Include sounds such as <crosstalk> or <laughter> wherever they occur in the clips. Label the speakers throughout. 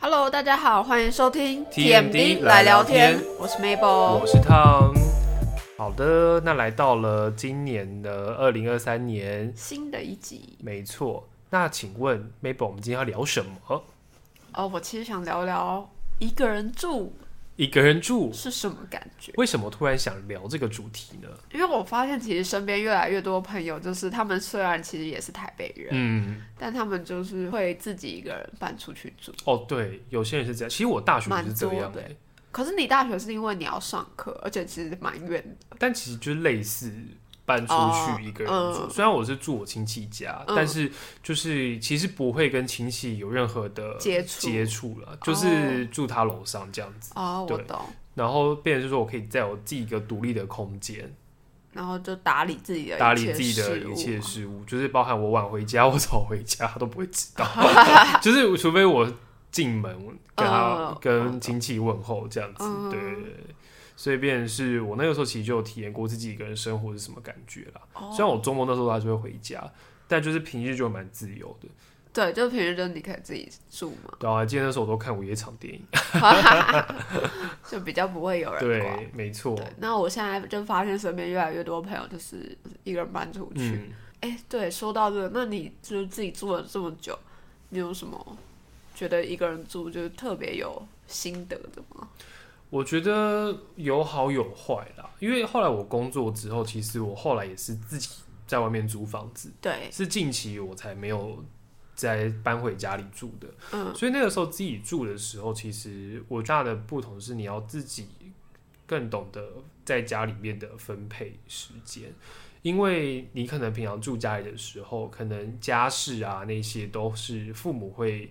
Speaker 1: Hello，大家好，欢迎收听
Speaker 2: TMD 来聊天
Speaker 1: 我是 Mabel
Speaker 2: 我。是汤。好的，那来到了今年的二零二三年，
Speaker 1: 新的一集
Speaker 2: 没错。那请问 Mabel，我们今天要聊什么？
Speaker 1: 哦，我其实想聊聊一个人住
Speaker 2: 一个人住，
Speaker 1: 是什么感觉，
Speaker 2: 为什么突然想聊这个主题呢？
Speaker 1: 因为我发现其实身边越来越多朋友，就是他们虽然其实也是台北人，
Speaker 2: 嗯，
Speaker 1: 但他们就是会自己一个人搬出去住。
Speaker 2: 哦，对，有些人是这样。其实我大学也是这
Speaker 1: 蛮
Speaker 2: 样
Speaker 1: 多的
Speaker 2: 欸
Speaker 1: 可是你大学是因为你要上课，而且其实蛮远的。
Speaker 2: 但其实就是类似搬出
Speaker 1: 哦
Speaker 2: 去一个人住。
Speaker 1: 嗯
Speaker 2: 虽然我是住我亲戚家，
Speaker 1: 嗯
Speaker 2: 但是就是其实不会跟亲戚有任何的
Speaker 1: 接触
Speaker 2: 接触了，就是住他楼上这样子。
Speaker 1: 哦，我
Speaker 2: 对
Speaker 1: 懂。
Speaker 2: 然后变成是说我可以在我自己一个独立的空间，
Speaker 1: 然后就打理自己的
Speaker 2: 打
Speaker 1: 一
Speaker 2: 理
Speaker 1: 切
Speaker 2: 自己的
Speaker 1: 事
Speaker 2: 一
Speaker 1: 物
Speaker 2: 切
Speaker 1: 嘛
Speaker 2: 事物，就是包含我晚回家、我早回家， <laughs> 他都不会知
Speaker 1: <laughs>
Speaker 2: 道，就是除非我进门跟他、
Speaker 1: 嗯
Speaker 2: 跟亲戚问候这样子，
Speaker 1: 嗯
Speaker 2: 对对对。对所以变成是我那个时候其实就有体验过自己一个人生活是什么感觉啦。
Speaker 1: 哦
Speaker 2: 虽然我周末那时候还是会回家，但就是平日就蛮自由的。
Speaker 1: 对，就平时就是你可以自己住嘛，
Speaker 2: 然后今天那时候我都看午夜场电影，
Speaker 1: 就比较不会有人管。
Speaker 2: 对，没错
Speaker 1: 啊对，，那我现在就发现身边越来越多朋友就是一个人搬出去。
Speaker 2: 嗯。
Speaker 1: 哎、对，说到这个，那你就是自己住了这么久，你有什么觉得一个人住就是特别有心得的吗？
Speaker 2: 我觉得有好有坏啦，因为后来我工作之后，其实我后来也是自己在外面租房子，
Speaker 1: 对，
Speaker 2: 是近期我才没有再搬回家里住的。
Speaker 1: 嗯，
Speaker 2: 所以那个时候自己住的时候，其实我最大的不同是你要自己更懂得在家里面的分配时间，因为你可能平常住家里的时候，可能家事啊那些都是父母会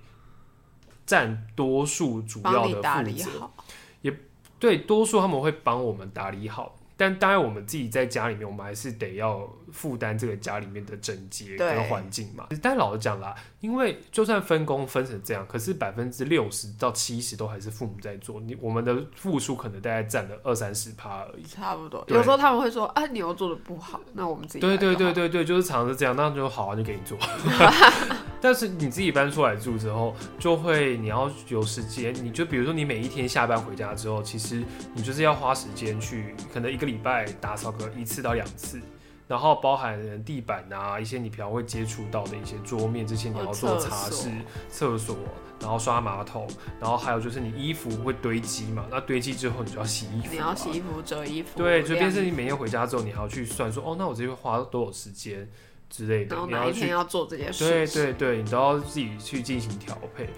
Speaker 2: 占多数主
Speaker 1: 帮
Speaker 2: 要
Speaker 1: 你
Speaker 2: 的
Speaker 1: 打
Speaker 2: 负
Speaker 1: 理
Speaker 2: 责。
Speaker 1: 好。
Speaker 2: 对，多数他们会帮我们打理好，但当然我们自己在家里面，我们还是得要负担这个家里面的整洁
Speaker 1: 对
Speaker 2: 跟环境嘛。但老实讲啦，因为就算分工分成这样，可是百分之六十到七十都还是父母在做，你我们的付出可能大概占了二三十趴而已。
Speaker 1: 差不多，
Speaker 2: 对
Speaker 1: 有时候他们会说啊，你又做的不好，那我们自己
Speaker 2: 对
Speaker 1: 来
Speaker 2: 对
Speaker 1: 就
Speaker 2: 对
Speaker 1: 好，
Speaker 2: 对对，就是常常是这样，那就好啊，就给你
Speaker 1: <laughs>
Speaker 2: 做。 <laughs> 但是你自己搬出来住之后，就会你要有时间，你就比如说你每一天下班回家之后，其实你就是要花时间去，可能一个礼拜打扫个一次到两次，然后包含地板啊一些你平常会接触到的一些桌面这些你要做
Speaker 1: 哦厕
Speaker 2: 擦
Speaker 1: 所
Speaker 2: 拭、厕所，然后刷马桶，然后还有就是你衣服会堆积嘛，那堆积之后你就要洗衣服、啊，
Speaker 1: 你要洗衣服、折衣服，
Speaker 2: 对，就变
Speaker 1: 晾
Speaker 2: 成你每天回家之后，你还要去算说，哦，那我这边花多少时间之类的
Speaker 1: 然后，
Speaker 2: 你
Speaker 1: 哪一天
Speaker 2: 去，
Speaker 1: 要做这件
Speaker 2: 对
Speaker 1: 事情，
Speaker 2: 对对，你都要自己去进行调配。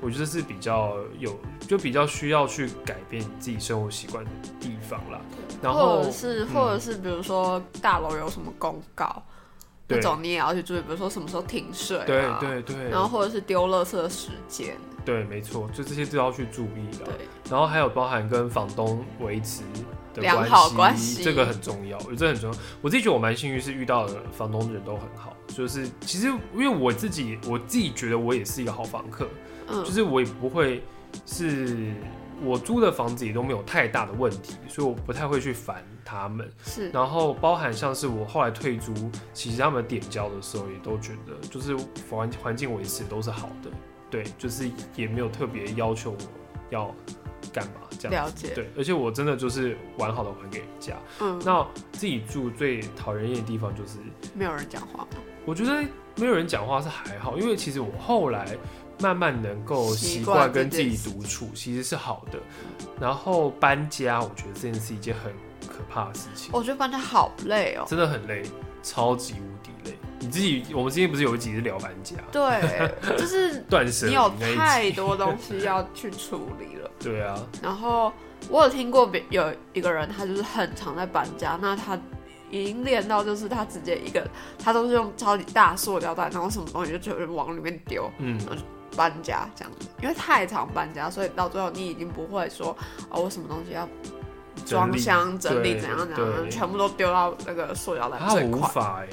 Speaker 2: 我觉得是比较有，就比较需要去改变你自己生活习惯的地方啦。然
Speaker 1: 或
Speaker 2: 后嗯
Speaker 1: 者是、或者是比如说大楼有什么公告，那
Speaker 2: 对
Speaker 1: 种你也要去注意，比如说什么时候停水、啊，
Speaker 2: 对对对，
Speaker 1: 然后或者是丢垃圾的时间，
Speaker 2: 对，没错，就这些都要去注意的。
Speaker 1: 对，
Speaker 2: 然后还有包含跟房东维持的
Speaker 1: 良好关系
Speaker 2: 系，这个很重要，我觉得这很重要。我自己觉得我蛮幸运，是遇到的房东人都很好。就是其实因为我自己，我自己觉得我也是一个好房客，就
Speaker 1: 嗯，
Speaker 2: 是我也不会是我租的房子也都没有太大的问题，所以我不太会去烦他们。
Speaker 1: 是
Speaker 2: 然后包含像是我后来退租，其实他们点交的时候也都觉得，就是环环境维持都是好的，对，就是也没有特别要求我要干嘛这样
Speaker 1: 了
Speaker 2: 子。
Speaker 1: 解，
Speaker 2: 对，而且我真的就是完好的还给人家。
Speaker 1: 嗯，
Speaker 2: 那自己住最讨人厌的地方就是，
Speaker 1: 没有人讲话，哦
Speaker 2: 我觉得没有人讲话是还好，因为其实我后来慢慢能够
Speaker 1: 习
Speaker 2: 习
Speaker 1: 惯
Speaker 2: 惯跟
Speaker 1: 这
Speaker 2: 自
Speaker 1: 件
Speaker 2: 己
Speaker 1: 事
Speaker 2: 独处，其实是好的。然后搬家，我觉得这件是一件很可怕的事情。
Speaker 1: 我觉得搬家好累哦。
Speaker 2: 真的很累，超级无敌累。你自己，我们之前不是有一集是聊搬家、 <laughs>
Speaker 1: 对，就是
Speaker 2: 断舍
Speaker 1: 你
Speaker 2: 离
Speaker 1: 有
Speaker 2: 那一集？
Speaker 1: 太多东西要去处理了。
Speaker 2: 对啊，
Speaker 1: 然后我有听过别有一个人，他就是很常在搬家，那他已经练到就是他直接一个，他都是用超级大塑料袋，然后什么东西就直接往里面丢
Speaker 2: 嗯，
Speaker 1: 搬家这样子，因为太常搬家，所以到最后你已经不会说哦，我什么东西要
Speaker 2: 整
Speaker 1: 装
Speaker 2: 理
Speaker 1: 箱整理
Speaker 2: 对
Speaker 1: 怎样怎样怎样，
Speaker 2: 对
Speaker 1: 全部都丢到那个塑料袋
Speaker 2: 啊，我
Speaker 1: 最
Speaker 2: 无
Speaker 1: 快。
Speaker 2: 法哎、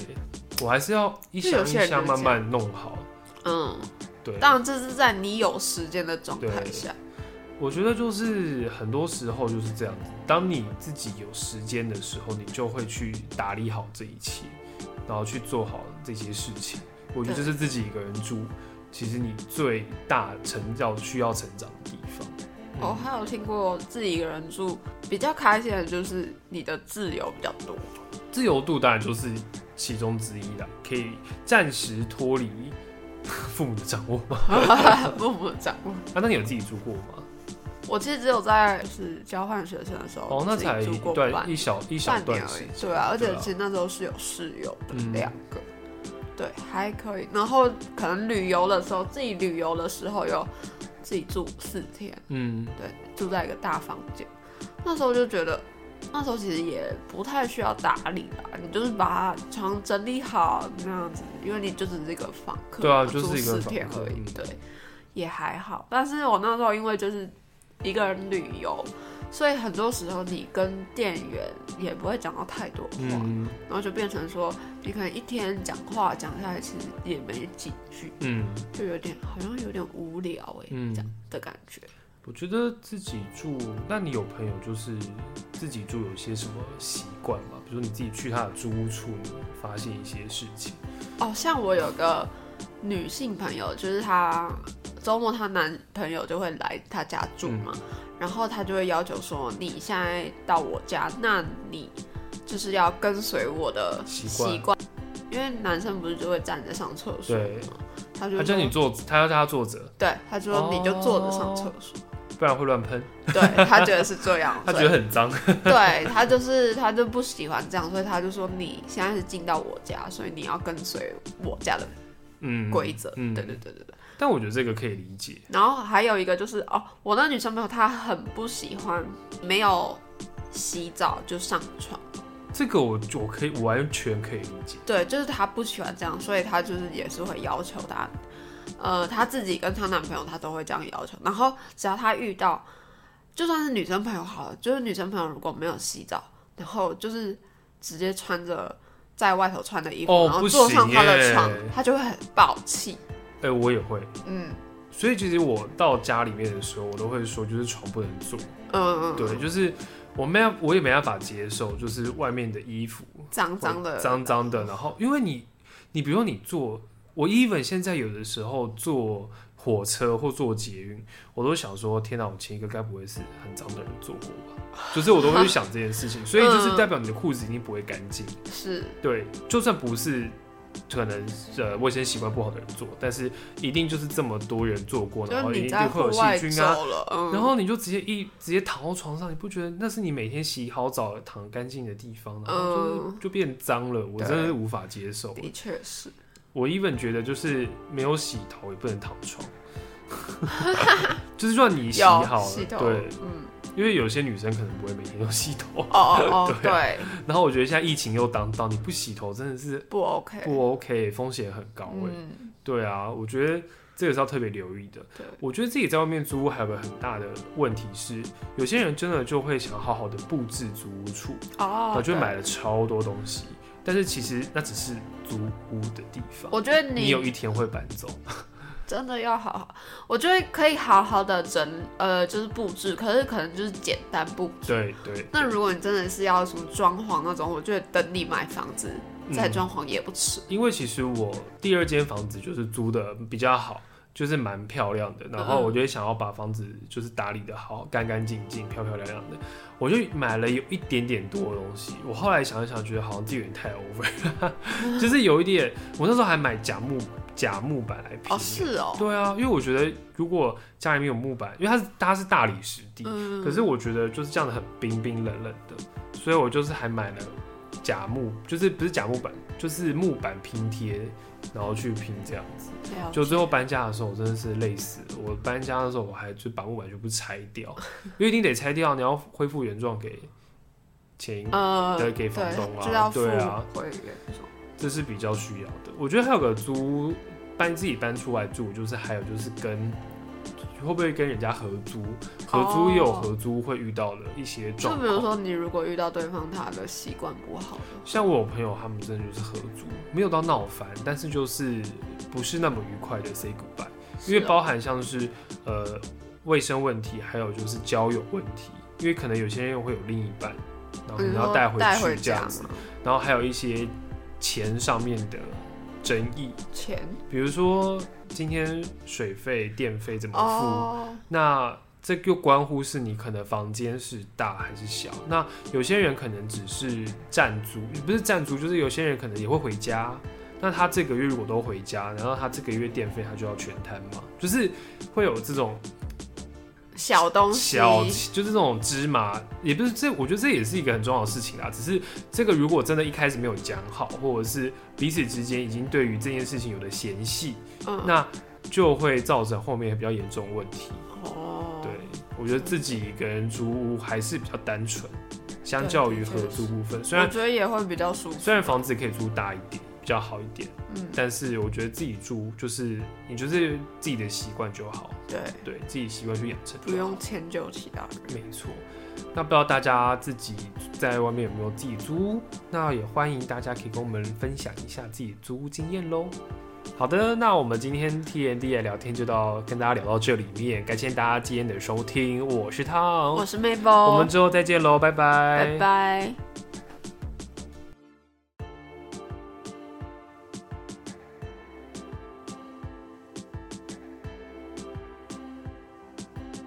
Speaker 2: 我还是要一
Speaker 1: 就有
Speaker 2: 箱
Speaker 1: 些人
Speaker 2: 一箱
Speaker 1: 就是
Speaker 2: 慢
Speaker 1: 这样
Speaker 2: 慢弄好。
Speaker 1: 嗯，
Speaker 2: 对，
Speaker 1: 当然这是在你有时间的状态下，
Speaker 2: 我觉得就是很多时候就是这样子，当你自己有时间的时候，你就会去打理好这一切，然后去做好这些事情。我觉得
Speaker 1: 对
Speaker 2: 这是自己一个人住其实你最大成长需要成长的地方。
Speaker 1: 我、哦还有听过自己一个人住比较开心的就是你的自由比较多，
Speaker 2: 自由度当然就是其中之一啦，可以暂时脱离父母的掌握吗？
Speaker 1: 不不掌握。
Speaker 2: 啊，那你有自己住过吗？
Speaker 1: 我其实只有在就是交换学生的时候，
Speaker 2: 哦，那才
Speaker 1: 自己
Speaker 2: 一
Speaker 1: 住过
Speaker 2: 段
Speaker 1: 半
Speaker 2: 一小一小
Speaker 1: 半
Speaker 2: 段
Speaker 1: 年而
Speaker 2: 时
Speaker 1: 已
Speaker 2: 间，，
Speaker 1: 对啊，而
Speaker 2: 对
Speaker 1: 且
Speaker 2: 啊
Speaker 1: 其实那时候是有室友的
Speaker 2: 嗯
Speaker 1: 两个，对，还可以。然后可能旅游的时候，自己旅游的时候有自己住四天，
Speaker 2: 嗯，
Speaker 1: 对，住在一个大房间。那时候就觉得，那时候其实也不太需要打理啦，你就是把它床整理好那样子，因为你就只是一个房客嘛，
Speaker 2: 对啊就是
Speaker 1: 住
Speaker 2: 一
Speaker 1: 四
Speaker 2: 个房
Speaker 1: 天
Speaker 2: 客
Speaker 1: 而已，
Speaker 2: 嗯
Speaker 1: 对，也还好。但是我那时候因为就是一个人旅游，所以很多时候你跟店员也不会讲到太多话，
Speaker 2: 嗯
Speaker 1: 然后就变成说你可能一天讲话讲下来，其实也没几句，
Speaker 2: 嗯
Speaker 1: 就有点好像有点无聊哎、这样
Speaker 2: 嗯，
Speaker 1: 的感觉。
Speaker 2: 我觉得自己住，那你有朋友就是自己住有些什么习惯吗？比如说你自己去他的租屋处，你发现一些事情，
Speaker 1: 哦，像我有个女性朋友，就是她周末她男朋友就会来她家住嘛，
Speaker 2: 嗯
Speaker 1: 然后她就会要求说，你现在到我家，那你就是要跟随我的
Speaker 2: 习惯
Speaker 1: 习惯，因为男生不是就会站着上厕所
Speaker 2: 对
Speaker 1: 吗？他就
Speaker 2: 他叫
Speaker 1: 说
Speaker 2: 你坐，他要叫他坐着，
Speaker 1: 对，他就说你就坐着上厕所，
Speaker 2: 不然会乱喷，
Speaker 1: 对他觉得是这样
Speaker 2: 哦 <laughs> ，他觉得很脏。
Speaker 1: 所以对他就是他就不喜欢这样，所以他就说你现在是进到我家，所以你要跟随我家的
Speaker 2: 嗯，
Speaker 1: 规则，
Speaker 2: 嗯
Speaker 1: 对对对对对。
Speaker 2: 但我觉得这个可以理解。
Speaker 1: 然后还有一个就是哦，我那女生朋友她很不喜欢没有洗澡就上床，
Speaker 2: 这个我我可以我完全可以理解，
Speaker 1: 对，就是她不喜欢这样，所以她就是也是会要求她，呃，她自己跟她男朋友她都会这样要求。然后只要她遇到，就算是女生朋友好了，就是女生朋友如果没有洗澡，然后就是直接穿着在外头穿的衣服，
Speaker 2: 哦
Speaker 1: 然后
Speaker 2: 不
Speaker 1: 坐上
Speaker 2: 行
Speaker 1: 她的
Speaker 2: 耶
Speaker 1: 床，她就会很暴气。
Speaker 2: 哎、我也会。
Speaker 1: 嗯
Speaker 2: 所以其实我到家里面的时候，我都会说，就是床不能坐。
Speaker 1: 嗯，
Speaker 2: 对，就是我没有，我也没办法接受，就是外面的衣服
Speaker 1: 脏脏的，
Speaker 2: 脏脏的。然后因为你，你比如说你坐，我 even 现在有的时候坐火车或坐捷运，我都想说，天哪，我前一个该不会是很脏的人坐过吧？就是我都会去想这件事情，所以
Speaker 1: 嗯
Speaker 2: 就是代表你的裤子一定不会干净。
Speaker 1: 是
Speaker 2: 对，就算不是可能呃卫生习惯不好的人做，但是一定就是这么多人做过，然
Speaker 1: 就
Speaker 2: 后
Speaker 1: 是
Speaker 2: 哦一
Speaker 1: 你在
Speaker 2: 定会
Speaker 1: 户
Speaker 2: 有
Speaker 1: 外
Speaker 2: 细菌啊。
Speaker 1: 走了，嗯，
Speaker 2: 然后你就直接一直接躺到床上，你不觉得那是你每天洗好澡、躺干净的地方，然后就是、
Speaker 1: 嗯
Speaker 2: 就变脏了？我
Speaker 1: 对
Speaker 2: 真的是无法接受。
Speaker 1: 的确是，
Speaker 2: 我 even 觉得就是没有洗头也不能躺
Speaker 1: <laughs>
Speaker 2: 床，就是算你洗
Speaker 1: 有
Speaker 2: 好
Speaker 1: 洗
Speaker 2: 了，
Speaker 1: 头
Speaker 2: 对，
Speaker 1: 嗯，
Speaker 2: 因为有些女生可能不会每天都洗头
Speaker 1: 哦。
Speaker 2: <laughs>
Speaker 1: 哦哦，
Speaker 2: 对
Speaker 1: 对，
Speaker 2: 然后我觉得现在疫情又当道，你不洗头真的是
Speaker 1: 不 OK，
Speaker 2: 不 OK，风险很高哎、
Speaker 1: 嗯，
Speaker 2: 对啊，我觉得这个是要特别留意的。
Speaker 1: 对，
Speaker 2: 我觉得自己在外面租屋还有个很大的问题是，有些人真的就会想好好的布置租屋处，
Speaker 1: 哦
Speaker 2: 然，后就
Speaker 1: 对
Speaker 2: 买了超多东西，但是其实那只是租屋的地方，
Speaker 1: 我觉得
Speaker 2: 你有
Speaker 1: 你
Speaker 2: 一天会搬走。
Speaker 1: 真的要好好，我觉得可以好好的整，呃，就是布置，可是可能就是简单布置。
Speaker 2: 对对，
Speaker 1: 那如果你真的是要什么装潢那种，我觉得等你买房子再
Speaker 2: 嗯
Speaker 1: 装潢也不迟。
Speaker 2: 因为其实我第二间房子就是租的比较好，就是蛮漂亮的。
Speaker 1: 嗯
Speaker 2: 然后我就会想要把房子就是打理的好，干干净净、漂漂亮亮的。我就买了有一点点多的东西。我后来想一想，觉得好像这有点太 over，了
Speaker 1: <laughs>
Speaker 2: 就是有一点。我那时候还买假木假木板来拼。
Speaker 1: 哦，是哦，
Speaker 2: 对啊，因为我觉得如果家里面有木板，因为它是它是大理石地，
Speaker 1: 嗯，
Speaker 2: 可是我觉得就是这样的很冰冰冷冷的，所以我就是还买了假木，就是不是假木板，就是木板拼贴，然后去拼这样子。
Speaker 1: 了
Speaker 2: 就
Speaker 1: 解
Speaker 2: 最后搬家的时候，我真的是累死了。我搬家的时候，我还就把木板全部拆
Speaker 1: <laughs>
Speaker 2: 掉，因为一定得拆掉，你要恢复原状给前一
Speaker 1: 呃，
Speaker 2: 的给房
Speaker 1: 对
Speaker 2: 东
Speaker 1: 就
Speaker 2: 啊，
Speaker 1: 要付
Speaker 2: 对啊，
Speaker 1: 会员这种
Speaker 2: 这是比较需要的。我觉得还有个租搬自己搬出来住，就是还有就是跟。会不会跟人家合租？合租也有
Speaker 1: 哦
Speaker 2: 合租会遇到的一些状
Speaker 1: 就比
Speaker 2: 况。
Speaker 1: 如说你如果遇到对方他的习惯不好的话，
Speaker 2: 像我有朋友，他们真的就是合租，没有到闹翻，但是就是不是那么愉快的 say goodbye，因为
Speaker 1: 是哦
Speaker 2: 包含像是呃卫生问题，还有就是交友问题，因为可能有些人会有另一半，然后可能
Speaker 1: 你
Speaker 2: 要
Speaker 1: 说
Speaker 2: 带
Speaker 1: 哎带
Speaker 2: 回
Speaker 1: 回
Speaker 2: 去这样
Speaker 1: 家
Speaker 2: 子，
Speaker 1: 嘛，
Speaker 2: 然后还有一些钱上面的争议，
Speaker 1: 钱
Speaker 2: 比如说今天水费、电费怎么付，
Speaker 1: 哦，
Speaker 2: 那这就关乎是你可能房间是大还是小。那有些人可能只是暂租，不是暂租，就是有些人可能也会回家。那他这个月如果都回家，然后他这个月电费他就要全摊嘛，就是会有这种
Speaker 1: 小东西，
Speaker 2: 小，就是这种芝麻，也不是这，我觉得这也是一个很重要的事情啦。只是这个如果真的一开始没有讲好，或者是彼此之间已经对于这件事情有了嫌隙，
Speaker 1: 嗯，
Speaker 2: 那就会造成后面比较严重的问题。
Speaker 1: 哦，
Speaker 2: 对，我觉得自己一个人租屋还是比较单纯，相较于合租部分，虽
Speaker 1: 我
Speaker 2: 然
Speaker 1: 觉得也会比较舒服，
Speaker 2: 虽然房子可以租大一点，比较好一点，
Speaker 1: 嗯，
Speaker 2: 但是我觉得自己住就是你就是自己的习惯就好，
Speaker 1: 对，
Speaker 2: 对自己习惯去养成就好，
Speaker 1: 不用迁就其他人。
Speaker 2: 没错。那不知道大家自己在外面有没有自己租屋？那也欢迎大家可以跟我们分享一下自己租屋经验喽。好的，那我们今天 T N D 的聊天就到跟大家聊到这里面，感谢大家今天的收听，我是汤，
Speaker 1: 我是 Mabel，
Speaker 2: 我们之后再见喽，拜拜，
Speaker 1: 拜拜。